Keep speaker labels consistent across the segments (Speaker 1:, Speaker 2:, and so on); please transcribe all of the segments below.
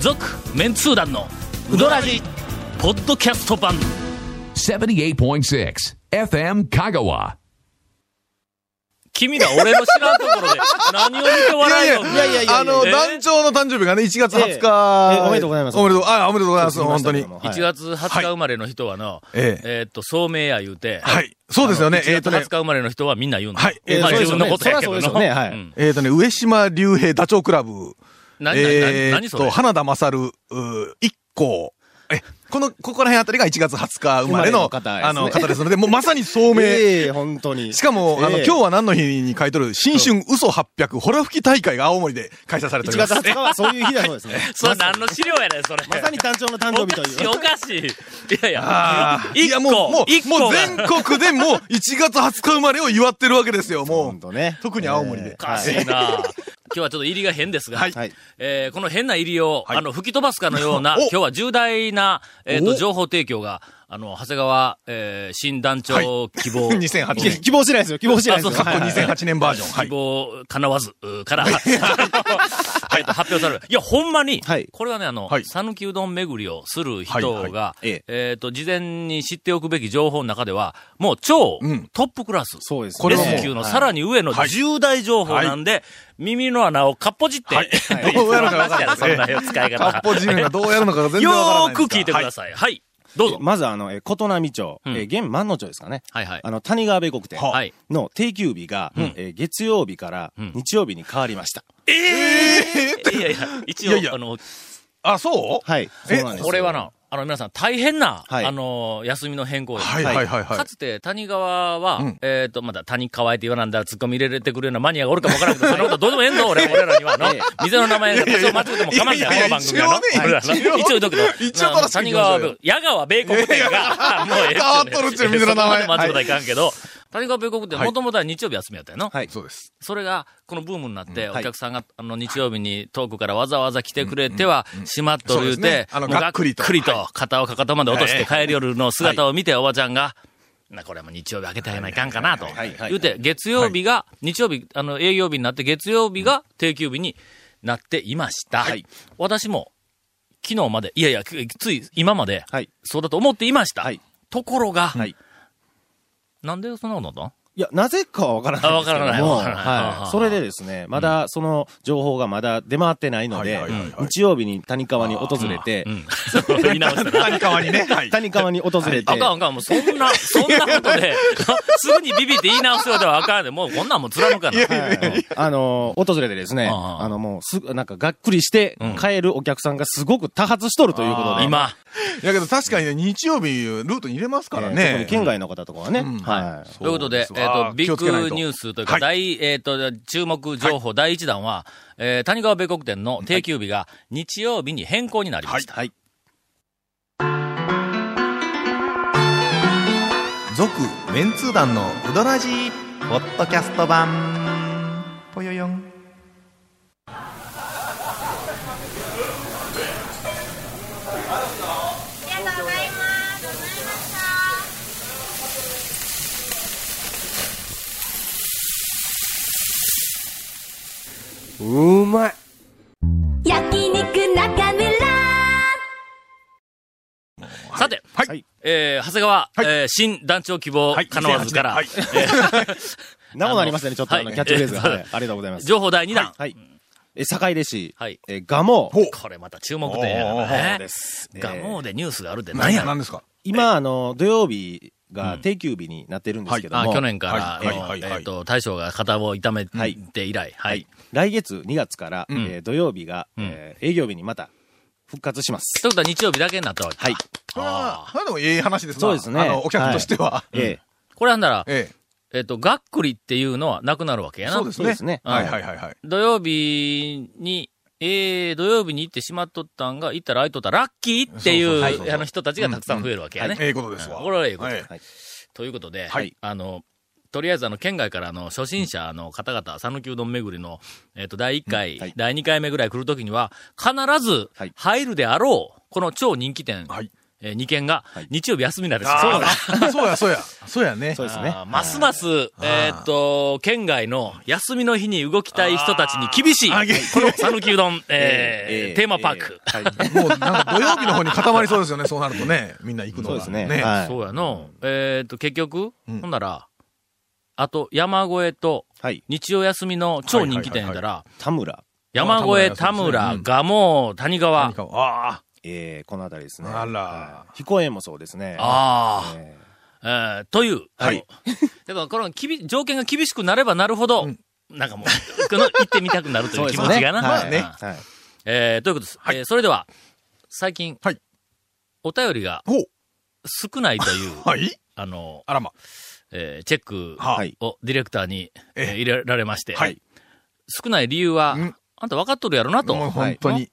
Speaker 1: 続メンツー団のウドラジポッドキャスト版
Speaker 2: 78.6 FM Kagawa.
Speaker 1: 君ら俺の知らんとこ ろで何を見て
Speaker 3: いや
Speaker 1: 笑
Speaker 3: い
Speaker 1: い
Speaker 3: や
Speaker 1: よん
Speaker 3: いやいやいや、あの、
Speaker 1: えー
Speaker 3: 団長の誕生日がね、1月20日、
Speaker 4: ええおめでとうございます
Speaker 3: おめでとう、あ、おめでとうございます、本当に。
Speaker 4: は
Speaker 1: 1
Speaker 4: い
Speaker 1: 月20日生まれの人はの、
Speaker 3: ええ
Speaker 1: えーっと、聡明や言うて、
Speaker 3: はい。そうですよね、
Speaker 1: 1
Speaker 3: えっ
Speaker 1: 月
Speaker 3: と
Speaker 1: 20
Speaker 3: ね
Speaker 1: 日、生まれの人はみんな言うの。
Speaker 3: はいえー
Speaker 1: まあ
Speaker 3: そうで
Speaker 1: 自
Speaker 3: す
Speaker 1: 分
Speaker 3: よね
Speaker 1: のことやけどな。
Speaker 4: そりゃそうですよねはい
Speaker 1: ん
Speaker 3: えっとね、上島竜兵ダチョウ倶楽部。
Speaker 1: 何、何何、何
Speaker 3: ー
Speaker 1: それ
Speaker 3: と、花田勝、うー一行。え、この、ここら辺あたりが1月20日生まれの、
Speaker 4: 生まれの方ですね
Speaker 3: あの、方ですので、もうまさに聡明。
Speaker 4: ええ本当に。
Speaker 3: しかも、あの、
Speaker 4: ええ
Speaker 3: 今日は何の日に書いとる、新春嘘800、ほら吹き大会が青森で開催されてお
Speaker 4: 1
Speaker 3: りま
Speaker 4: 月
Speaker 3: す。
Speaker 4: 20日は そういう日だそうですね。
Speaker 1: それ何の資料やねん、それ。
Speaker 4: まさに団長の誕生
Speaker 1: お
Speaker 4: 日と
Speaker 1: かしい、
Speaker 4: い
Speaker 1: お
Speaker 4: う。
Speaker 1: かしい。いやいや
Speaker 3: あ、あ。い
Speaker 1: 一
Speaker 3: や、
Speaker 1: 個、
Speaker 3: もう、も
Speaker 1: 一
Speaker 3: う、
Speaker 1: 個
Speaker 3: もう
Speaker 1: が
Speaker 3: 全国でもう1月20日生まれを祝ってるわけですよ、も
Speaker 4: 本
Speaker 3: う。
Speaker 4: 当ね。
Speaker 3: 特に青森
Speaker 4: え
Speaker 3: で
Speaker 4: え
Speaker 1: おかしいな。今日はちょっと入りが変ですが、
Speaker 3: はい
Speaker 4: はい。
Speaker 1: えーこの変な入りを、
Speaker 3: はい
Speaker 1: あの、吹き飛ばすかのような、
Speaker 3: お
Speaker 1: 今日は重大な、えっ、と、
Speaker 3: お
Speaker 1: 情報提供が、あの、長谷川、えー新団長希 望、
Speaker 3: 2008
Speaker 4: いや
Speaker 3: 年。
Speaker 4: 希望してないですよ。希望してないですよ。
Speaker 1: あそう
Speaker 3: 過去2008年バージョン。は
Speaker 1: 希
Speaker 3: い。
Speaker 1: 望かなわず、うーから、 あのえっと発表される。いや、ほんまに、
Speaker 4: はい
Speaker 1: これはね、あの
Speaker 3: は、い
Speaker 1: 讃、岐、うどん巡りをする人が、
Speaker 3: はいは
Speaker 1: え
Speaker 4: え
Speaker 1: っ
Speaker 4: え、
Speaker 1: と、事前に知っておくべき情報の中では、もう超、
Speaker 3: うん
Speaker 1: トップクラス。
Speaker 4: そうですね。
Speaker 3: これはもう
Speaker 1: S 級のさらに上の重大情報なんで、耳の穴をかっぽじって、
Speaker 3: はい
Speaker 1: い
Speaker 3: どうやるかわかんない
Speaker 1: そんなよ使い方。
Speaker 3: カッポ自由がどうやるのかが全然
Speaker 1: よ
Speaker 3: わからない
Speaker 1: ー
Speaker 3: です
Speaker 1: く
Speaker 3: が。
Speaker 1: 聞いてください。はい。どうぞ。
Speaker 4: まずあの、えー琴波町、
Speaker 1: うん
Speaker 4: えー現万能町ですかね。
Speaker 1: はいはい。
Speaker 4: あの、谷川米国店
Speaker 1: はい
Speaker 4: の定休日が、えー月曜日から
Speaker 1: ん
Speaker 4: 日曜日に変わりました。
Speaker 1: ええいやいや、一応、
Speaker 3: いやいや
Speaker 1: あの、
Speaker 3: はい。あ、そう
Speaker 4: はい。
Speaker 3: え
Speaker 4: そうなんですよ
Speaker 1: これはな、あの皆さん大変な、
Speaker 4: はい
Speaker 1: あの、休みの変更です。
Speaker 3: はいはいはいはい
Speaker 1: か。つて谷川は、
Speaker 3: うん
Speaker 1: えっ、と、まだ谷川へって言わなんだら突っ込み入れてくるようなマニアがおるかもわからんけど、そのことどうでもええんぞ、俺、俺らにはの
Speaker 4: ええ。
Speaker 1: 店の名前で多少間違っても構わんない、この番組はの。
Speaker 3: いやいや一応ね
Speaker 1: 俺らの
Speaker 3: 一応
Speaker 1: 一応言うとくけど。
Speaker 3: 一応
Speaker 1: な
Speaker 3: 正しく
Speaker 1: 谷
Speaker 3: 言いましょ
Speaker 1: 川
Speaker 3: うよ
Speaker 1: 部、矢川米国店が、もうええ
Speaker 3: 変わっとるっちゅう店の名前
Speaker 1: そこまで間違ったらいかんけど、谷川米国店、
Speaker 3: はい
Speaker 1: もともとは日曜日休みやったよの。
Speaker 4: はい。
Speaker 3: そうです。
Speaker 1: それが、このブームになって、
Speaker 4: う
Speaker 1: お
Speaker 4: んはい
Speaker 1: 客さんが、あの、日曜日に遠くからわざわざ来てくれては、しまっとる言う
Speaker 3: そうで
Speaker 1: て
Speaker 3: すね、あの
Speaker 1: もう
Speaker 3: がっくりと
Speaker 1: がっくりと、肩をかかとまで落として
Speaker 3: は
Speaker 1: 帰り夜の姿を見て、おばちゃんが、な、これはもう日曜日開けてあげないかんかな、と
Speaker 4: はいはい。はい
Speaker 1: 言うて、月曜日が、日曜日、あの、営業日になって、月曜日が定休日になっていました。
Speaker 4: はい
Speaker 1: 私も、昨日まで、いやいや、つつい今まで、
Speaker 4: はい。
Speaker 1: そうだと思っていました。
Speaker 4: はい
Speaker 1: ところが、
Speaker 4: はい。
Speaker 1: なんでそんなことなったの
Speaker 4: いや、なぜかはわからないんですけども。
Speaker 1: あわからないわからないあ
Speaker 4: は
Speaker 1: あ
Speaker 4: い。それでですね、まだ、その情報がまだ出回ってないので
Speaker 3: はいはいはいは、い
Speaker 4: 日曜日に谷川に訪れて
Speaker 1: う、ん。そう見直したな。
Speaker 3: 谷川にね。はい。
Speaker 4: 谷川に訪れて、
Speaker 1: あかんあかん、もうそんな、そんなこと で、すぐにビビって言い直すようではあかんで、もうこんなんもう貫かな。
Speaker 4: あの、訪れてですね、
Speaker 1: ああ
Speaker 4: あの、もう、すぐ、なんか、がっくりして
Speaker 1: ん、
Speaker 4: 帰るお客さんがすごく多発しとるということで。
Speaker 1: 今、
Speaker 3: いやけど確かにね、日曜日、ルートに入れますか
Speaker 4: えー
Speaker 3: ら
Speaker 4: 特に
Speaker 3: ね。
Speaker 4: 県外の方とかはね、
Speaker 3: ん
Speaker 4: はい。
Speaker 1: ということで、えっ、と、ビッグニュースというか、
Speaker 3: はい
Speaker 1: 大、えっ、と、注目情報第1弾は、えー谷川米国店の定休日が日曜日に変更になりました。
Speaker 4: はい。
Speaker 3: 続、メンツー団のうどらじ
Speaker 5: ポッドキャスト版ぽよよん
Speaker 4: うまい。
Speaker 6: 焼肉中村
Speaker 1: さて、
Speaker 3: はい
Speaker 4: はい
Speaker 1: えー長谷川、
Speaker 3: はい
Speaker 1: えー新団長希望、
Speaker 3: はい。
Speaker 1: かなわずから、
Speaker 3: はい。
Speaker 4: なおなりましたね、ちょっと、あ
Speaker 1: は
Speaker 4: の、
Speaker 1: い
Speaker 4: キャッチフレーズが。
Speaker 1: えー
Speaker 4: はいありがとうございます。
Speaker 1: 情報第2弾。
Speaker 4: はい。え、坂出市、
Speaker 1: はい
Speaker 4: え、蒲生。
Speaker 3: ほう。
Speaker 1: これまた注目点やからね。
Speaker 4: です
Speaker 1: ガモーでニュースがあるで
Speaker 3: 何
Speaker 1: 何や
Speaker 3: や、
Speaker 1: ろ
Speaker 3: 何ですか
Speaker 4: 今、あの、土曜日
Speaker 1: う
Speaker 4: が
Speaker 1: ん
Speaker 4: 定休日になってるんですけども、
Speaker 1: あ去年から、
Speaker 3: はい
Speaker 1: あの
Speaker 3: はいはいはい
Speaker 1: えっ、と、大将が肩を痛め
Speaker 4: はい
Speaker 1: て以来、はい。
Speaker 4: 来月2月から、
Speaker 1: ん
Speaker 4: えー土曜日が、
Speaker 1: うん
Speaker 4: えー営業日にまた復活します。
Speaker 1: ということは日曜日だけになったわけか。
Speaker 4: はい。
Speaker 3: それは、それでもええ話ですな
Speaker 4: そうですね
Speaker 3: あの、お客としては。
Speaker 4: ええ
Speaker 1: これはなら、えっ、
Speaker 3: え
Speaker 1: と、がっくりっていうのはなくなるわけ
Speaker 3: え。
Speaker 1: やな。
Speaker 3: そうです
Speaker 4: そうです
Speaker 3: ね
Speaker 4: ね。
Speaker 3: はいはいはいはい。
Speaker 1: 土曜日に、えー、土曜日に行ってしまっとったんが、行ったら会いとったらラッキーっていう、
Speaker 3: そうそうそうそう
Speaker 1: あの人たちがたくさん増えるわけやね。
Speaker 3: ええことですわ。
Speaker 1: うんこれはええこと
Speaker 3: はい
Speaker 1: ということで、
Speaker 3: はい
Speaker 1: あの、とりあえずあの、県外からあの、初心者の方々、讃岐うどん巡りの、えっ、と、第1回、
Speaker 4: はい
Speaker 1: 第2回目ぐらい来るときには、必ず
Speaker 4: はい、
Speaker 1: 入るであろう、この超人気店、
Speaker 3: はい。
Speaker 1: ええー2件が日曜日休みなんですよ。
Speaker 3: あそうや、そうや。そうやね。
Speaker 4: そうですね。
Speaker 1: あーますます、えーっと、県外の休みの日に動きたい人たちに厳しい、こ
Speaker 3: あー
Speaker 1: の讃岐うどん、えー
Speaker 4: えー
Speaker 1: テーマパーク。
Speaker 4: えーはい
Speaker 3: もうなんか土曜日の方に固まりそうですよね、そうなるとね。みんな行くの
Speaker 4: そう
Speaker 3: が。
Speaker 4: ですね。はい。
Speaker 1: そうやの。えーっと、結局、
Speaker 3: うん
Speaker 1: ほんなら、あと、山越えと、
Speaker 4: はい。
Speaker 1: 日曜休みの超人気店やったら、
Speaker 4: 田村、
Speaker 1: 山越え、田村、蒲生、谷川
Speaker 3: 何。かをああ、
Speaker 4: えー、この辺りですね。
Speaker 3: あら
Speaker 4: はい彦園もそうですね。
Speaker 1: あ
Speaker 4: えー
Speaker 1: あ、えーという。
Speaker 3: は
Speaker 1: はい
Speaker 3: い。
Speaker 1: だから、このきび、条件が厳しくなればなるほど、
Speaker 3: うん
Speaker 1: なんかもう、この、行ってみたくなるという気持ちがな。
Speaker 4: そう
Speaker 3: ですね
Speaker 1: まあ
Speaker 4: はい。
Speaker 1: えー、ということです。えーそれでは、最近、
Speaker 3: はい
Speaker 1: お便りが
Speaker 3: ほう。
Speaker 1: 少ないという、
Speaker 3: はい
Speaker 1: あの、
Speaker 3: あらま。
Speaker 1: えーチェック
Speaker 3: は
Speaker 4: はい。
Speaker 1: をディレクターに、えー
Speaker 3: ええ
Speaker 1: 入れられまして、
Speaker 3: はい
Speaker 1: 少ない理由は、
Speaker 3: うん
Speaker 1: あんた分かっとるやろな
Speaker 3: もう
Speaker 1: と。
Speaker 3: 本当に。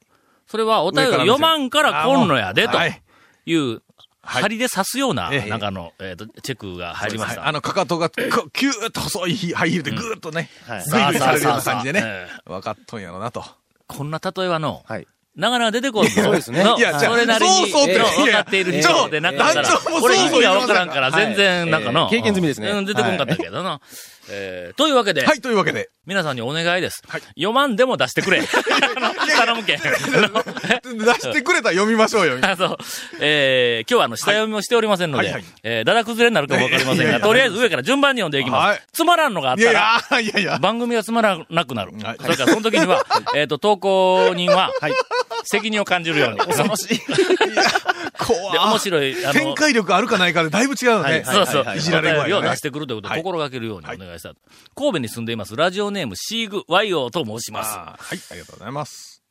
Speaker 1: それはお便り
Speaker 3: 上から目線
Speaker 1: 読まんから来んのやで、と
Speaker 3: はい。
Speaker 1: いう、
Speaker 3: はい
Speaker 1: 針で刺すような、
Speaker 3: ええ
Speaker 1: なんかあの、えーと、チェックが入りまし
Speaker 3: はいあ
Speaker 1: た。
Speaker 3: の、かかとが、こうキューッと細いハイヒールでぐーっとね、
Speaker 4: はい
Speaker 3: グイグイされるよう
Speaker 1: さあさ
Speaker 3: な
Speaker 1: あさあ
Speaker 3: 感じでね
Speaker 1: え、
Speaker 3: 分かっとんやろなと。
Speaker 1: こんな例えはの、
Speaker 4: はい。
Speaker 1: なかなか出てこんぞ。
Speaker 4: そうですね
Speaker 1: の
Speaker 4: いや
Speaker 3: じゃあ
Speaker 1: それなりに、
Speaker 3: そうそうって
Speaker 1: の
Speaker 3: いや
Speaker 1: 分かっている人でなかったら
Speaker 3: ええ団長も、
Speaker 1: これ意
Speaker 3: そうそう
Speaker 1: 味
Speaker 3: 言
Speaker 1: が
Speaker 3: いま
Speaker 1: 分
Speaker 3: せん
Speaker 1: か
Speaker 3: か
Speaker 1: ら
Speaker 3: ら
Speaker 1: んから、全然、なんかの、
Speaker 4: はいえー経験済みですね
Speaker 1: うん出てこんかったけどな。えーというわけで、
Speaker 3: はい、というわ けで。
Speaker 1: 皆さんにお願いです。
Speaker 3: はい
Speaker 1: 読まんでも出してくれ。頼むけん。
Speaker 3: 出してくれたら読みましょうよ。
Speaker 1: あそう。えー今日はあの、下読みをしておりませんので、
Speaker 3: はいはい
Speaker 1: えーだだ崩れになるかもわかりません
Speaker 3: いやい
Speaker 1: が、
Speaker 3: や
Speaker 1: とりあえず上から順番に読んでいきます。
Speaker 3: はい
Speaker 1: つまらんのがあっ
Speaker 3: い
Speaker 1: た
Speaker 3: やい
Speaker 1: ら、
Speaker 3: や、いやいや。
Speaker 1: 番組がつまらなくなる。
Speaker 3: はい
Speaker 1: それからその時には、えっと、投稿人は、
Speaker 4: はい。
Speaker 1: 責任を感じるように。恐ろしい。で、面
Speaker 3: 怖い。
Speaker 1: 白い、あ
Speaker 3: 展
Speaker 1: の、
Speaker 3: 開力あるかないかでだいぶ違うの
Speaker 4: は
Speaker 3: ね
Speaker 4: い。
Speaker 1: そうそう、
Speaker 4: はい
Speaker 3: じられ具合がね
Speaker 1: お便りを出してくるということを心がけるようにお願いした。神戸に住んでいます、ラジオネーム、シーグ・ワイオと申します。
Speaker 3: あーはい、ありがとうございます。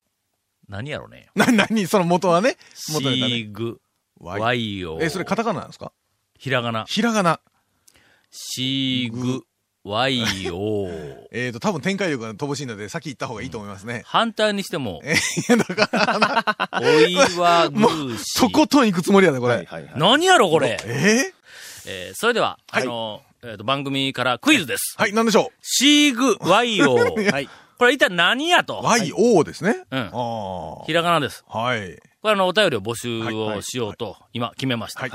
Speaker 1: 何やろね。
Speaker 3: な、 なに、その元はね、
Speaker 1: シ
Speaker 3: 元ネタね。
Speaker 1: ーグ・ワ
Speaker 3: わい
Speaker 1: イオ。
Speaker 3: え、それカタカナなんですか
Speaker 1: ひらがな。
Speaker 3: ひらがな。
Speaker 1: シーグ・ワイオ。
Speaker 3: えーと、多分展開力が乏しいので、先行った方がいいと思いますね。
Speaker 1: 反対にしても、
Speaker 3: え、いや、だから、
Speaker 1: おいわぐ
Speaker 3: も
Speaker 1: ー
Speaker 3: う、
Speaker 1: し。
Speaker 3: とことん行くつもりやね、こ
Speaker 4: はい。
Speaker 3: れ。
Speaker 4: はい。はい
Speaker 1: 何やろ、これ。
Speaker 3: えー
Speaker 1: えーそれでは、あ
Speaker 3: い
Speaker 1: の、えっと、番組からクイズです。
Speaker 3: はい、なんでしょ
Speaker 1: シーグ・ワイ オ。
Speaker 4: はい。
Speaker 1: これ一体何や
Speaker 3: う。
Speaker 1: と。
Speaker 3: YO ですね。
Speaker 1: うん
Speaker 3: あー
Speaker 1: ひらがなです。
Speaker 3: はい。
Speaker 1: これあの、お便りを募集をしようと、今、決めました。
Speaker 4: はい。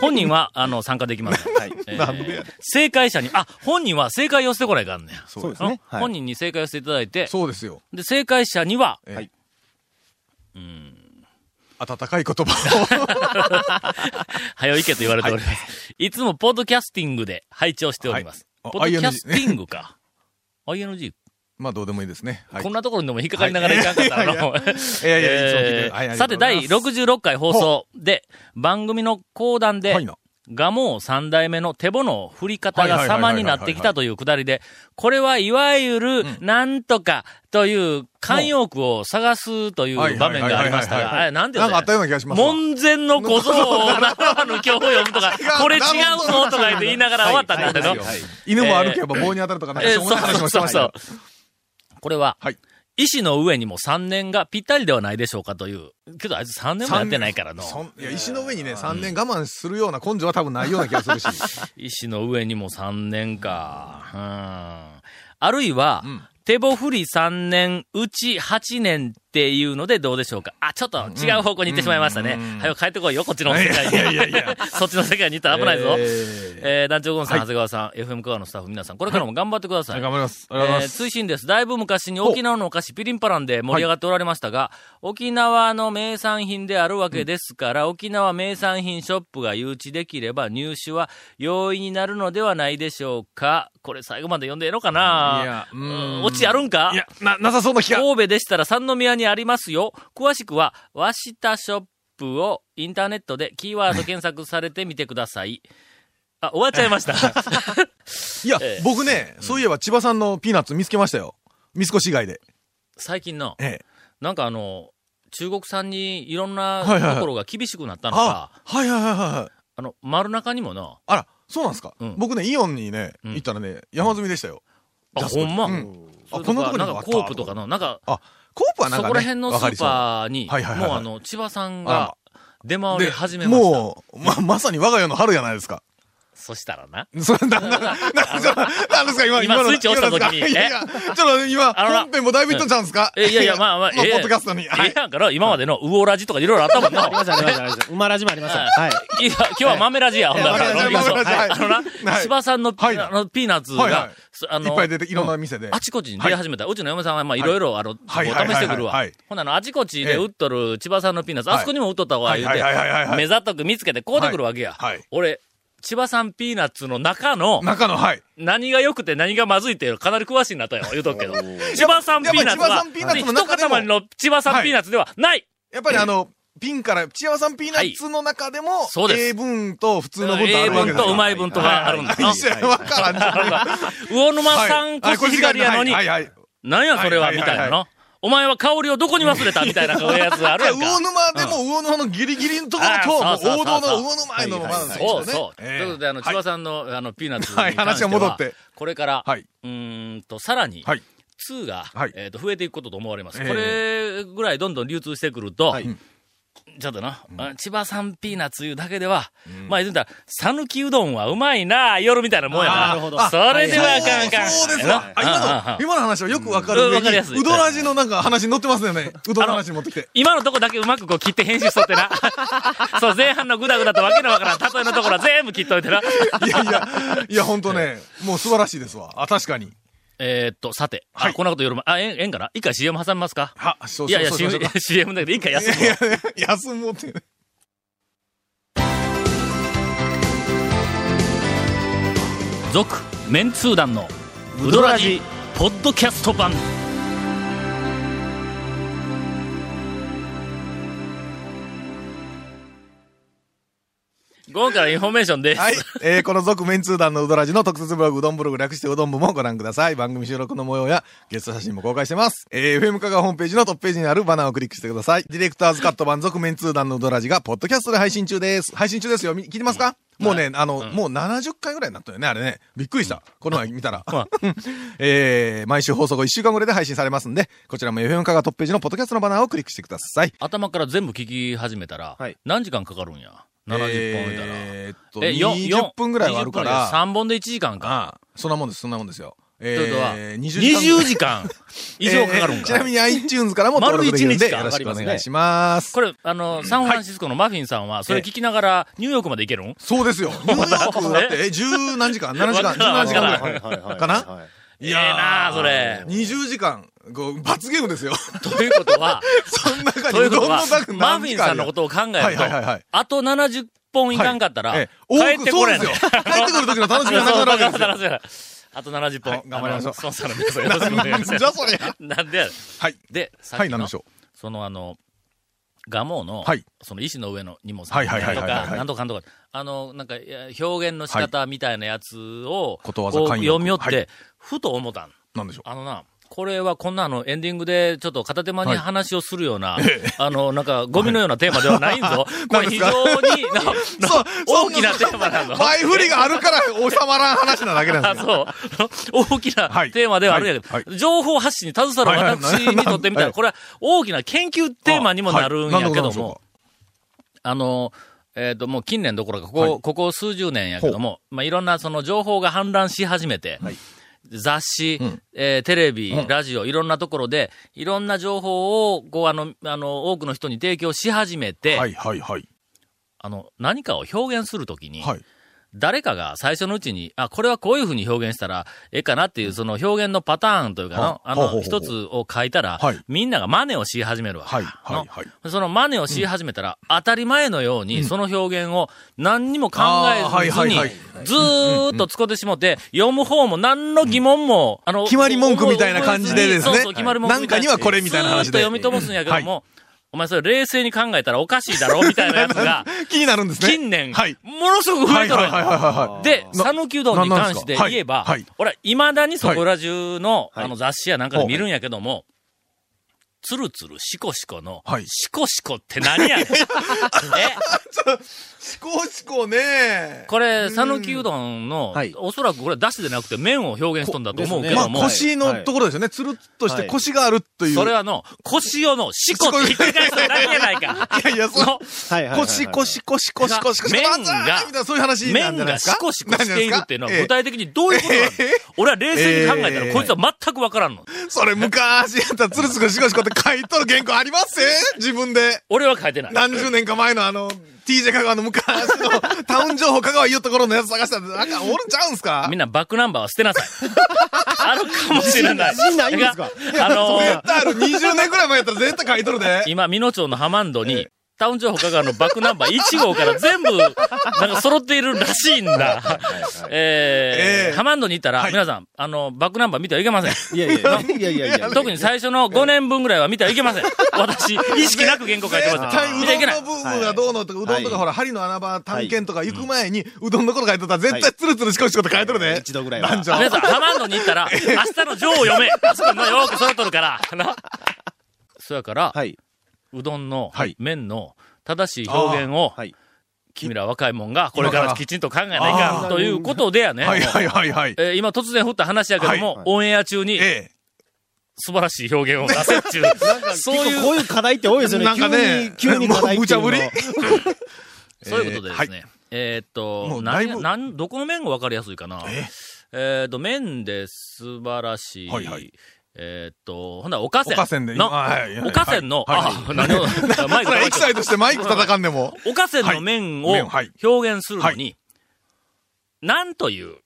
Speaker 1: 本人は、あの、参加できません。
Speaker 4: はい。
Speaker 1: えー
Speaker 3: なんでや
Speaker 1: 正解者に、あ、本人は正解寄せてこないかんねん。
Speaker 4: そうです
Speaker 1: あの
Speaker 4: ね。はい
Speaker 1: 本人に正解をしていただいて、
Speaker 3: そうですよ。
Speaker 1: で、正解者には、
Speaker 3: え
Speaker 4: はい
Speaker 3: 温かい言葉を。
Speaker 1: 早いけと言われております。い、つもポッドキャスティングで拝聴しております。
Speaker 3: はいあ
Speaker 1: ポッドキャスティングか。ING、
Speaker 3: まあ、どうでもいいですね。はい
Speaker 1: こんなところにでも引っかかりながらいかんかったらの。
Speaker 3: いやいや、いつも聞いて
Speaker 1: え
Speaker 3: るはいあ
Speaker 1: ー
Speaker 3: り
Speaker 1: さて、
Speaker 3: がとうござい
Speaker 1: 第
Speaker 3: ます
Speaker 1: 66回放送で、番組の講談で、
Speaker 3: はいな。
Speaker 1: ガモ三代目の手ボの振り方が様になってきたというくだりで、これはいわゆる、なんとかという慣用句を探すという場面がありました
Speaker 3: は
Speaker 1: が、
Speaker 3: いはいはいはいはい
Speaker 1: あれなんて
Speaker 3: なんかあったような気がしますわ
Speaker 1: 門前の小僧を習わぬ今日を呼 ぶとか、これ違うぞとか言って言いながら終わったんだけど、
Speaker 4: はいはい
Speaker 3: 犬も歩けば棒に当たるとか、なんか
Speaker 1: えー
Speaker 3: しょうもない話もしてましたよ。
Speaker 1: これは、
Speaker 3: はい
Speaker 1: 医師の上にも3年がぴったりではないでしょうかという。けどあいつ3年もやってないからの。
Speaker 3: そんいや、石の上にね、3年我慢するような根性は多分ないような気がす るし。
Speaker 1: 医師の上にも3年か。うん。あるいは、
Speaker 3: うん
Speaker 1: 手棒振り3年、うち8年っていうのでどうでしょうか。あ、ちょっと違う方向に行ってしまいましたね。早く帰ってこいよ、こっちの世界に。
Speaker 3: いやいやいやい
Speaker 1: そっちの世界に行ったら危ないぞ。え
Speaker 3: え
Speaker 1: ー
Speaker 3: ー
Speaker 1: 団長ゴンさん、長谷川さん、FM カーのスタッフ皆さん、これからも頑張ってください。
Speaker 3: 張ります。あり
Speaker 1: えー、追伸です。だいぶ昔に沖縄のお菓子ピリンパランで盛り上がっておられましたが、沖縄の名産品であるわけですから、沖縄名産品ショップが誘致できれば入手は容易になるのではないでしょうか。これ最後まで読んでええのかない
Speaker 3: やうーん
Speaker 1: 落ちあるんか
Speaker 3: いや、な、なさそうな気が。
Speaker 1: 神戸でしたら三宮にありますよ。詳しくは、わしたショップをインターネットでキーワード検索されてみてください。 あ、終わっちゃい ました。
Speaker 3: いや
Speaker 1: ええ、
Speaker 3: 僕ね、そういえば千葉さんのピーナッツ見つけましたよ。三越以外で。
Speaker 1: 最近の、
Speaker 3: ええ。
Speaker 1: なんかあの、中国産にいろんな
Speaker 3: はいはい
Speaker 1: ところが厳しくなったのか、
Speaker 3: あ、はいはいはいはいはい。
Speaker 1: あの、丸中にもな、
Speaker 3: あら、そうなんですか
Speaker 1: うん
Speaker 3: 僕ね、イオンにね、
Speaker 1: うん
Speaker 3: 行ったらね、山積みでしたよ。
Speaker 1: あ、
Speaker 3: ジャス
Speaker 1: ほ
Speaker 3: コ
Speaker 1: んま、
Speaker 3: うん
Speaker 1: それ
Speaker 3: あこんなとこに
Speaker 1: な
Speaker 3: も
Speaker 1: ん
Speaker 3: あ
Speaker 1: か
Speaker 3: った
Speaker 1: コープとかの、なんか、
Speaker 3: あ、コープはなん
Speaker 1: そ
Speaker 3: かね、
Speaker 1: こら辺のス
Speaker 3: わかり
Speaker 1: ー
Speaker 3: そう
Speaker 1: パーに、
Speaker 3: はいはいはい
Speaker 1: もう
Speaker 3: はい
Speaker 1: あの、千葉さん
Speaker 3: あら
Speaker 1: が出回り始めました。
Speaker 3: もう、ま、まさに我が家の春やないですか。
Speaker 1: そしたらな。
Speaker 3: それ、な、な、な、ちょっとなんですか今、
Speaker 1: 今
Speaker 3: の
Speaker 1: スイッチ押した時に
Speaker 3: いやいや、ちょっと今、
Speaker 1: あのな
Speaker 3: 本編もだいぶいっとっちゃうんですか
Speaker 1: え、いや いや、まあまあ、
Speaker 3: ポッドキャストに。
Speaker 1: え
Speaker 3: は
Speaker 1: え
Speaker 3: い。
Speaker 1: やんから、今までのウオラジとかいろいろあったもんな
Speaker 4: あり。ました、ありました、ありました。馬ラジもありました。はい。
Speaker 1: いや今日は豆ラジや、ほんだ
Speaker 3: 豆ラジ
Speaker 1: ら。
Speaker 3: 豆ラジはい
Speaker 1: あのな、
Speaker 3: はい
Speaker 1: 芝さんのピ
Speaker 3: はい
Speaker 1: あのピーナッツ
Speaker 3: はいは
Speaker 1: が
Speaker 3: い、
Speaker 1: そあ
Speaker 3: いっぱい出て、いろんな店で。
Speaker 1: あちこちに出始めた。うちの嫁さんは、まあ、いろいろ、あの、こう
Speaker 3: は
Speaker 1: 試
Speaker 3: いはいはい
Speaker 1: してくるわ
Speaker 3: はい。
Speaker 1: ほんなら、あちこちで売っとる千葉さんのピーナッツ、
Speaker 3: ええ
Speaker 1: あそこにも売っとったわ、言う
Speaker 3: はい
Speaker 1: て
Speaker 3: はいはいはいは、い
Speaker 1: 目ざとく見つけて買うてくるわけや
Speaker 3: はいはい。
Speaker 1: 俺、千葉さんピーナッツの中の、
Speaker 3: 中の、はい。
Speaker 1: 何が良くて何がまずいっていうのかなり詳しいなとよ、言うとくけど。千葉さんピーナッツ
Speaker 3: やっ
Speaker 1: は
Speaker 3: ぱり千葉さんピーナッツ、の
Speaker 1: 一
Speaker 3: 中でも
Speaker 1: 塊の千葉さんピーナッツではない
Speaker 3: やっぱりあの、ピンから、千葉さんピーナッツの中でも、
Speaker 1: そうです
Speaker 3: 英文と普通の文とあ
Speaker 1: 英
Speaker 3: るわけ
Speaker 1: 文
Speaker 3: です
Speaker 1: と
Speaker 3: よ
Speaker 1: うまい文とがあるんだな。
Speaker 3: 一緒やわ からん。
Speaker 1: 魚沼さんこそ左やのに、
Speaker 3: はいはいはい。
Speaker 1: なんやそれは、
Speaker 3: はい
Speaker 1: み
Speaker 3: はい
Speaker 1: たいなの。お前は香りをどこに忘れたみたいなやつあるや んか。
Speaker 3: 魚沼でも魚沼のギリギリのとこ
Speaker 1: あー
Speaker 3: ろ
Speaker 1: そう
Speaker 3: と、
Speaker 1: そう
Speaker 3: もう王
Speaker 1: そう
Speaker 3: 道
Speaker 1: そう
Speaker 3: の魚沼
Speaker 4: はいはい
Speaker 3: へのまあ
Speaker 4: はい
Speaker 1: そう
Speaker 3: です
Speaker 1: そ
Speaker 3: よ
Speaker 1: う。と
Speaker 3: ねええ
Speaker 1: いうことで、あの、千葉さんの、あの、ピーナッツに
Speaker 3: はい
Speaker 1: 関しては
Speaker 3: 話が戻って
Speaker 1: これから、
Speaker 3: はいう
Speaker 1: ーんと、さらに、
Speaker 3: はい。
Speaker 1: 2が、
Speaker 3: はい
Speaker 1: えっと、増えていくことと思われます。
Speaker 3: ええ
Speaker 1: これぐらいどんどん流通してくると、
Speaker 4: はい
Speaker 1: ちょっとな、あ千葉さんピーナッツいうだけでは、まあ言うたら、さぬきうどんはうまいな、夜みたいなもんやな。
Speaker 4: あなるほど
Speaker 1: それではあかんあかん。
Speaker 3: そうそうです
Speaker 1: な
Speaker 3: わ。あ今
Speaker 1: うんうんうん
Speaker 3: の、今の話はよくわかる
Speaker 1: うん
Speaker 3: 上
Speaker 1: わかり
Speaker 3: に。
Speaker 1: やすいう
Speaker 3: どん味のなんか話に載ってますよね。うどんの話持ってきて。
Speaker 1: 今のとこだけうまくこう切って編集しとって な。そう、前半のグダグダとわけのわからん例えのところは全部切っといてな。
Speaker 3: いやいや、いやほん とね、もう素晴らしいですわ。あ、確かに。
Speaker 1: えーっと、さて。あ
Speaker 3: はい
Speaker 1: こんなこと夜も、あ、えええんかな一回 CM 挟みますか
Speaker 3: は、そう
Speaker 1: いやいや、
Speaker 3: そうそう
Speaker 1: CM
Speaker 3: そう
Speaker 1: CM だけど一回休む
Speaker 3: い
Speaker 1: わ。
Speaker 3: やいや休もうって。
Speaker 1: 続、メンツー団の、ウドラジ、ポッドキャスト版。午後からインフォメーションです。
Speaker 3: はい。えーこの続メンツー団のうどらじの特設ブログ、うどんブログ略してうどん部もご覧ください。番組収録の模様やゲスト写真も公開してます。えー FM カがホームページのトップページにあるバナーをクリックしてください。ディレクターズカット版続メンツー団のうどらじが、ポッドキャストで配信中です。配信中ですよ。み聞いてますか、もうね、あの、もう70回ぐらいになったよね、あれね。びっくりした。この前見たら。 えー毎週放送後1週間ぐらいで配信されますんで、こちらも FM カがトップページのポッドキャストのバナーをクリックしてください。
Speaker 1: 頭から全部聞き始めたら、
Speaker 4: はい
Speaker 1: 何時間かかるんや ?70 本見たら。
Speaker 3: えーっと、
Speaker 1: よ
Speaker 3: 20分ぐらいはあるから。
Speaker 1: 3本で1時間か。
Speaker 3: ああ、そんなもんです、そんなもんですよ。え
Speaker 1: ということは、
Speaker 3: 間
Speaker 1: 20時 間以上かかるん
Speaker 3: えー
Speaker 1: か。
Speaker 3: ちなみに iTunes からも登録できるんで、よ
Speaker 4: 丸
Speaker 3: ろ
Speaker 4: 一日
Speaker 3: し
Speaker 4: 間
Speaker 3: くお願いします。
Speaker 1: これ、あの、サンフランシスコのマフィンさんは、それ聞きながら、ニューヨークまで行けるん
Speaker 3: そうで すよ。ニューヨークだって、え、十何時間 ?7 時間
Speaker 1: わからん
Speaker 3: ?17 時間
Speaker 1: わ
Speaker 3: ぐらい
Speaker 4: はいはい
Speaker 3: かな
Speaker 4: はい
Speaker 1: ええなあそれ。
Speaker 3: 20時間。こう罰ゲームですよ。
Speaker 1: ということは、
Speaker 3: そん中に
Speaker 1: といううこ
Speaker 3: どん
Speaker 1: とは
Speaker 3: の額、
Speaker 1: マ
Speaker 3: 何
Speaker 1: フ
Speaker 3: 時
Speaker 1: ィン
Speaker 3: 間あ
Speaker 1: さ
Speaker 3: る
Speaker 1: んのことを考えると、
Speaker 3: はいはいはいはい
Speaker 1: あと70本いかんかったら、
Speaker 3: ええ
Speaker 1: 帰
Speaker 3: 多
Speaker 1: っ
Speaker 3: く
Speaker 1: て
Speaker 3: そ
Speaker 1: こ
Speaker 3: う
Speaker 1: れ
Speaker 3: で
Speaker 1: ん
Speaker 3: す
Speaker 1: の
Speaker 3: よ。帰ってくる時の楽しみがなく
Speaker 1: そう
Speaker 3: なる
Speaker 1: だ
Speaker 3: わけ
Speaker 1: か
Speaker 3: ですよ
Speaker 1: らだからあと70本。
Speaker 3: はい頑張りましょう
Speaker 1: あの孫さんの皆さんよろし くお願い します。
Speaker 3: じゃあそれ。
Speaker 1: なんでや
Speaker 3: はい。
Speaker 1: で、さっきの、
Speaker 3: はい、なんでしょ
Speaker 1: そのあの、ガモの、
Speaker 3: はい
Speaker 1: その石の上の荷物
Speaker 3: はいはいはい
Speaker 1: と
Speaker 3: はいはい
Speaker 1: か、
Speaker 3: はい
Speaker 1: なんとかなんとか、あの、なんか、いや表現の仕方みたいなやつを、
Speaker 3: ことわざ慣用句
Speaker 1: 読み寄って、
Speaker 3: はい
Speaker 1: ふと思ったん。
Speaker 3: う。なんでしょう。
Speaker 1: あのな、これはこんなあの、エンディングでちょっと片手間に話をするような、あの、なんか、ゴミのようなテーマではないんぞ。これ非常に、なな
Speaker 3: そう、
Speaker 1: 大きなテーマな の。
Speaker 3: 前振りがあるから収まらん話なだけなん
Speaker 1: あ、
Speaker 3: ですよ。
Speaker 1: そう。大きな
Speaker 3: はい
Speaker 1: テーマではあるんや
Speaker 3: は
Speaker 1: け
Speaker 3: い
Speaker 1: ど、情報発信に携わる
Speaker 3: はいはい
Speaker 1: 私にとってみた
Speaker 3: は
Speaker 1: ら、
Speaker 3: い
Speaker 1: これは大きな研究テーマにもなるんやけど
Speaker 3: はい
Speaker 1: も、。あの、えっ、と、もう近年どころか、ここ、
Speaker 3: はい
Speaker 1: ここ数十年やけども、まあ、いろんなその情報が氾濫し始めて、雑誌、
Speaker 3: ん
Speaker 1: えーテレビ、ラジオ、いろんなところで、いろんな情報を、こう、あの、あの、多くの人に提供し始めて、
Speaker 3: はいはいはい。
Speaker 1: あの、何かを表現するときに、
Speaker 3: はい。
Speaker 1: 誰かが最初のうちに、あ、これはこういうふうに表現したらええかなっていう、その表現のパターンというか
Speaker 3: は
Speaker 1: の、あ
Speaker 3: ほう
Speaker 1: の、
Speaker 3: ほうほう
Speaker 1: 一つを書いたら
Speaker 3: はい、
Speaker 1: みんなが真似をし始めるわけ
Speaker 3: はい
Speaker 1: や。
Speaker 3: はい
Speaker 1: の
Speaker 3: はい。
Speaker 1: その真似をし始めたら、当たり前のように、その表現を何にも考
Speaker 3: あーは
Speaker 1: え
Speaker 3: い
Speaker 1: ず
Speaker 3: はい
Speaker 1: に
Speaker 3: はい、
Speaker 1: ずーっと使ってしもって、読む方も何の疑問も、あの、
Speaker 3: 決まり文句みたいな感じでですね
Speaker 1: そうそう、決まり文句みたい
Speaker 3: なんかにはこれみたいな話で
Speaker 1: ずーっと読み飛ばすんやけども、お前それ冷静に考えたらおかしいだろみたいなやつが、
Speaker 3: 気になるんですね。
Speaker 1: 近年、
Speaker 3: はい。
Speaker 1: ものすごく増
Speaker 3: は
Speaker 1: え
Speaker 3: い
Speaker 1: と
Speaker 3: はい
Speaker 1: るん
Speaker 3: は
Speaker 1: や
Speaker 3: いはいはい。
Speaker 1: で、
Speaker 3: な
Speaker 1: 讃岐うどんに関して
Speaker 3: ななん
Speaker 1: 言え
Speaker 3: ですか
Speaker 1: ば、
Speaker 3: はいはい
Speaker 1: 俺は未だにそこら中の、
Speaker 4: はい
Speaker 1: あの雑誌やなんかで見るんやけども、つるつるしこしこの、
Speaker 3: はい
Speaker 1: しこしこって何 やねん。え
Speaker 3: しこしこね。
Speaker 1: これ、讃岐うどんの、
Speaker 4: はい
Speaker 1: おそらくこれ、だしでなくて麺を表現しとんだと思うけ
Speaker 4: こ
Speaker 3: ま
Speaker 1: ど
Speaker 3: あ
Speaker 1: も、
Speaker 3: 腰のところですよね。つるっとして腰があるという。
Speaker 1: それはの、腰をの、しこってひっくり返しただけやない か。
Speaker 3: いやいや、そ
Speaker 1: の
Speaker 3: う。
Speaker 4: はいはいはいはい。
Speaker 3: 腰、腰、腰、腰、腰、腰、
Speaker 1: 麺が
Speaker 3: バザーみたいな、そういう話なん
Speaker 1: 麺
Speaker 3: じゃない
Speaker 1: が
Speaker 3: です
Speaker 1: シ
Speaker 3: か。
Speaker 1: コシコしているっていうのは
Speaker 3: なんじ
Speaker 1: 具
Speaker 3: ゃな
Speaker 1: 体
Speaker 3: い
Speaker 1: 的にどういうことなの、俺は冷静に考えた
Speaker 3: え
Speaker 1: ら
Speaker 3: え
Speaker 1: こいつは全くわからんの。
Speaker 3: ですか。それ昔やったらつるつるしこしこって書いとる原稿あります 自分で。
Speaker 1: 俺は書いてない。
Speaker 3: 何十年か前のあの、TJ 香川の昔のタウン情報香川言うところのやつ探したら、なんかおるんちゃうんすか
Speaker 1: みんなバックナンバーは捨てなさ い。あるかもしれない。
Speaker 4: 自信ないんですか
Speaker 1: があのー
Speaker 3: 絶対ある。20年くらい前やったら絶対書いとるで。
Speaker 1: 今、美濃町のハマンドに、タウン情報香川のバックナンバー1号から全 部、なんか揃っているらしいんだ。え
Speaker 3: え
Speaker 1: ー
Speaker 3: え
Speaker 1: ハマンドに行ったら、
Speaker 3: はい
Speaker 1: 皆さん、あの、バックナンバー見てはいけません。
Speaker 4: いやいやいやいやいや。
Speaker 1: 特に最初の5年分ぐらいは見てはいけません。私、意識なく原稿書いてま
Speaker 3: 絶
Speaker 1: した。
Speaker 3: 対
Speaker 1: 見てはいけ
Speaker 3: う
Speaker 1: な
Speaker 3: ど
Speaker 1: い
Speaker 3: ん。の部分がどうのとか、うど
Speaker 4: は
Speaker 3: んとか
Speaker 4: い
Speaker 3: ほら、針の穴場探検とか行く前に、うどんのこと書いとったら絶対つるつるしこしこって書いとるで。
Speaker 4: 一度ぐらいは
Speaker 3: 男女。
Speaker 1: 皆さん、ハマンドに行ったら、明日の女王を読めあそこのよく揃っとるから。 な。そやから、
Speaker 4: はい。
Speaker 1: うどんの
Speaker 4: はい、
Speaker 1: 麺の正しい表現を、
Speaker 4: はい。
Speaker 1: 君ら若いもんが、これからきちんと考えない
Speaker 3: あ
Speaker 1: かん
Speaker 4: ー
Speaker 1: ということでやね。
Speaker 3: はいはいはいはい。
Speaker 1: えー今突然降った話やけども、
Speaker 4: はい
Speaker 1: オンエア中に
Speaker 3: え
Speaker 1: 素晴らしい表現を出せっ ちゅう。そう
Speaker 4: 結構
Speaker 1: いう、
Speaker 4: こういう課題って多いですよね。
Speaker 3: なんかね
Speaker 4: 急に、急に課題っていうの
Speaker 3: もう無茶ぶり
Speaker 1: そういうことでですね。えーっ
Speaker 3: も
Speaker 1: と、
Speaker 3: うだい
Speaker 1: 何が、
Speaker 3: ぶ
Speaker 1: なん、どこの面が分かりやすいかな。
Speaker 3: え
Speaker 1: えーっと、面で素晴らしい。
Speaker 3: はいはい
Speaker 1: えーっと、ほんなら、おかせん。
Speaker 3: おかせんで
Speaker 1: の、
Speaker 3: はいはい
Speaker 1: おかせんの、
Speaker 3: はいはい
Speaker 1: あ、なるほど。マ
Speaker 3: え。
Speaker 1: イ
Speaker 3: こ
Speaker 1: ク
Speaker 3: れエキサイトしてマイク叩かんでも。
Speaker 1: おかせんの面を
Speaker 3: はい麺はい
Speaker 1: 表現するのに、
Speaker 3: は
Speaker 1: なんという、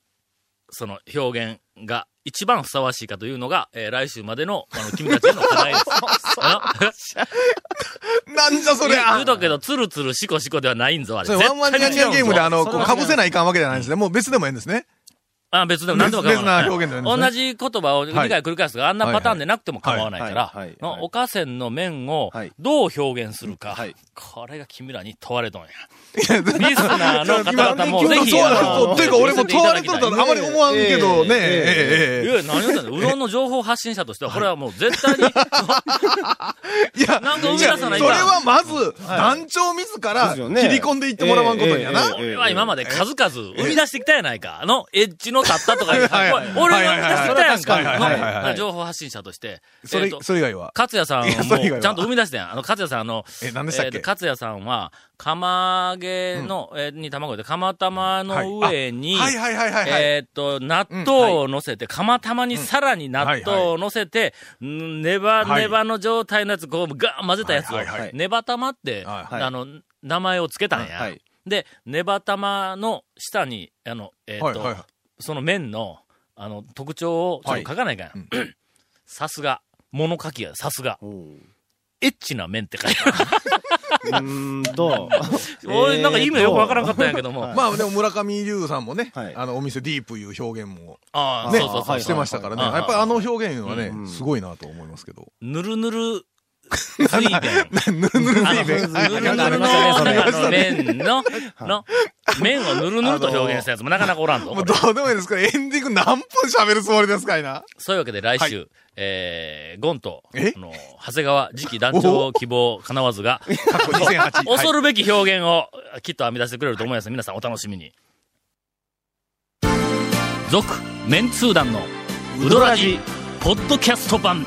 Speaker 1: その表現が一番ふさわしいかというのが、えー来週までの、あ の、君たちへの課題です。あの
Speaker 3: なんじゃそり
Speaker 1: 言う
Speaker 3: ゃ。
Speaker 1: とくけど、つるつるしこしこではないんぞ、あれ。
Speaker 3: それワンワンニャンニャンゲームであの、こう被せないかんわけじゃないんですね。もう別でもええんですね。
Speaker 1: あ、別でも何でも構わない。
Speaker 3: 別別な表現でもいいん
Speaker 1: 同
Speaker 3: で
Speaker 1: じ言葉を2回繰り返すとか、あんなパターンでなくても構わないから
Speaker 4: はいはいは、いはい
Speaker 1: のおかせんの面を
Speaker 4: はい
Speaker 1: どう表現するか
Speaker 4: はい、
Speaker 1: これが君らに問われとんや。
Speaker 3: や
Speaker 1: リスナーの方々も
Speaker 3: 今
Speaker 1: ぜ
Speaker 3: 日
Speaker 1: ひ、
Speaker 3: そう
Speaker 1: あの
Speaker 3: そうというか俺も問われとるとはあまり思わんけどね。
Speaker 1: い
Speaker 4: ええ
Speaker 3: えええ
Speaker 1: や、何を言うのうどんの情報発信者としては、これはもう絶対に、
Speaker 3: えいや、
Speaker 1: なんか生み
Speaker 3: い
Speaker 1: 出
Speaker 3: や
Speaker 1: さ
Speaker 3: そ
Speaker 1: ない
Speaker 3: れ
Speaker 1: かん
Speaker 3: はまず、団長自ら
Speaker 4: ですよね、
Speaker 3: 切り込んでいってもらわんことにやな。
Speaker 1: 俺は今まで数々生み出してきたやないか。あの、エッジの立ったとか言う
Speaker 3: はいはい
Speaker 1: これ俺が生み出してきたやん
Speaker 3: はいはいはいはい
Speaker 1: か
Speaker 3: はいはい
Speaker 1: の。情報発信者として。
Speaker 3: そ
Speaker 1: え
Speaker 3: れ
Speaker 1: ーと、
Speaker 3: それ以外は。
Speaker 1: 勝也さん
Speaker 3: いやそれ以外
Speaker 1: も、
Speaker 3: は
Speaker 1: ちゃんと生み出してん。あの、勝也さん、あの、
Speaker 3: え何でしたっけ
Speaker 1: ーと勝也さんは、釜揚げの、えーに卵で、釜玉の上に、
Speaker 3: はいはいはいはいはい。
Speaker 1: えーっと、納豆を乗せて、釜玉にさらに納豆を乗せて、んネバネバの状態のやつ、こう、ガーン混ぜたやつを
Speaker 3: はいはいはい
Speaker 1: ネバ玉って、
Speaker 3: はい
Speaker 4: はい
Speaker 1: あの、名前をつけたんや
Speaker 4: はいはい。
Speaker 1: で、ネバ玉の下に、あの、えー
Speaker 3: は
Speaker 1: っ
Speaker 3: いはいはい
Speaker 1: と、その麺の、あの、特徴をちょっと書かないかんや。 さすが。物書きや、さすが。エッチな麺って書 いてある。。
Speaker 4: うーんと
Speaker 1: 俺、なんか意味がよくわからんかったんやけども。
Speaker 3: まあでも村上龍さんもね、
Speaker 4: はい
Speaker 3: あのお店ディープいう表現も
Speaker 1: ああ、
Speaker 3: ね
Speaker 1: そうそうそう。
Speaker 3: してましたからね。
Speaker 1: はいはい
Speaker 3: やっぱりあの表現はね
Speaker 4: う、ん
Speaker 3: すごいなと思いま すけど。
Speaker 1: ぬるぬる、水麺。
Speaker 3: ぬる ぬる
Speaker 1: あ
Speaker 3: い
Speaker 1: の
Speaker 3: い
Speaker 1: ぬ
Speaker 3: ね
Speaker 1: るぬるの
Speaker 4: ありま
Speaker 1: 中
Speaker 4: した
Speaker 1: の麺の、の、麺をぬるぬると表現したやつもなかなかおらんと
Speaker 3: もう。どうでもいいですけど、エンディング何分喋るつもりですかいな。
Speaker 1: そういうわけで来週、えー、ゴンと、あ
Speaker 3: え
Speaker 1: の、長谷川次期団長希望かなわずが、
Speaker 3: 過去2008。
Speaker 1: 恐るべき表現をきっと編み出してくれると思います。皆さんお楽しみに。続、メンツー団のウドラジ、ポッドキャスト版。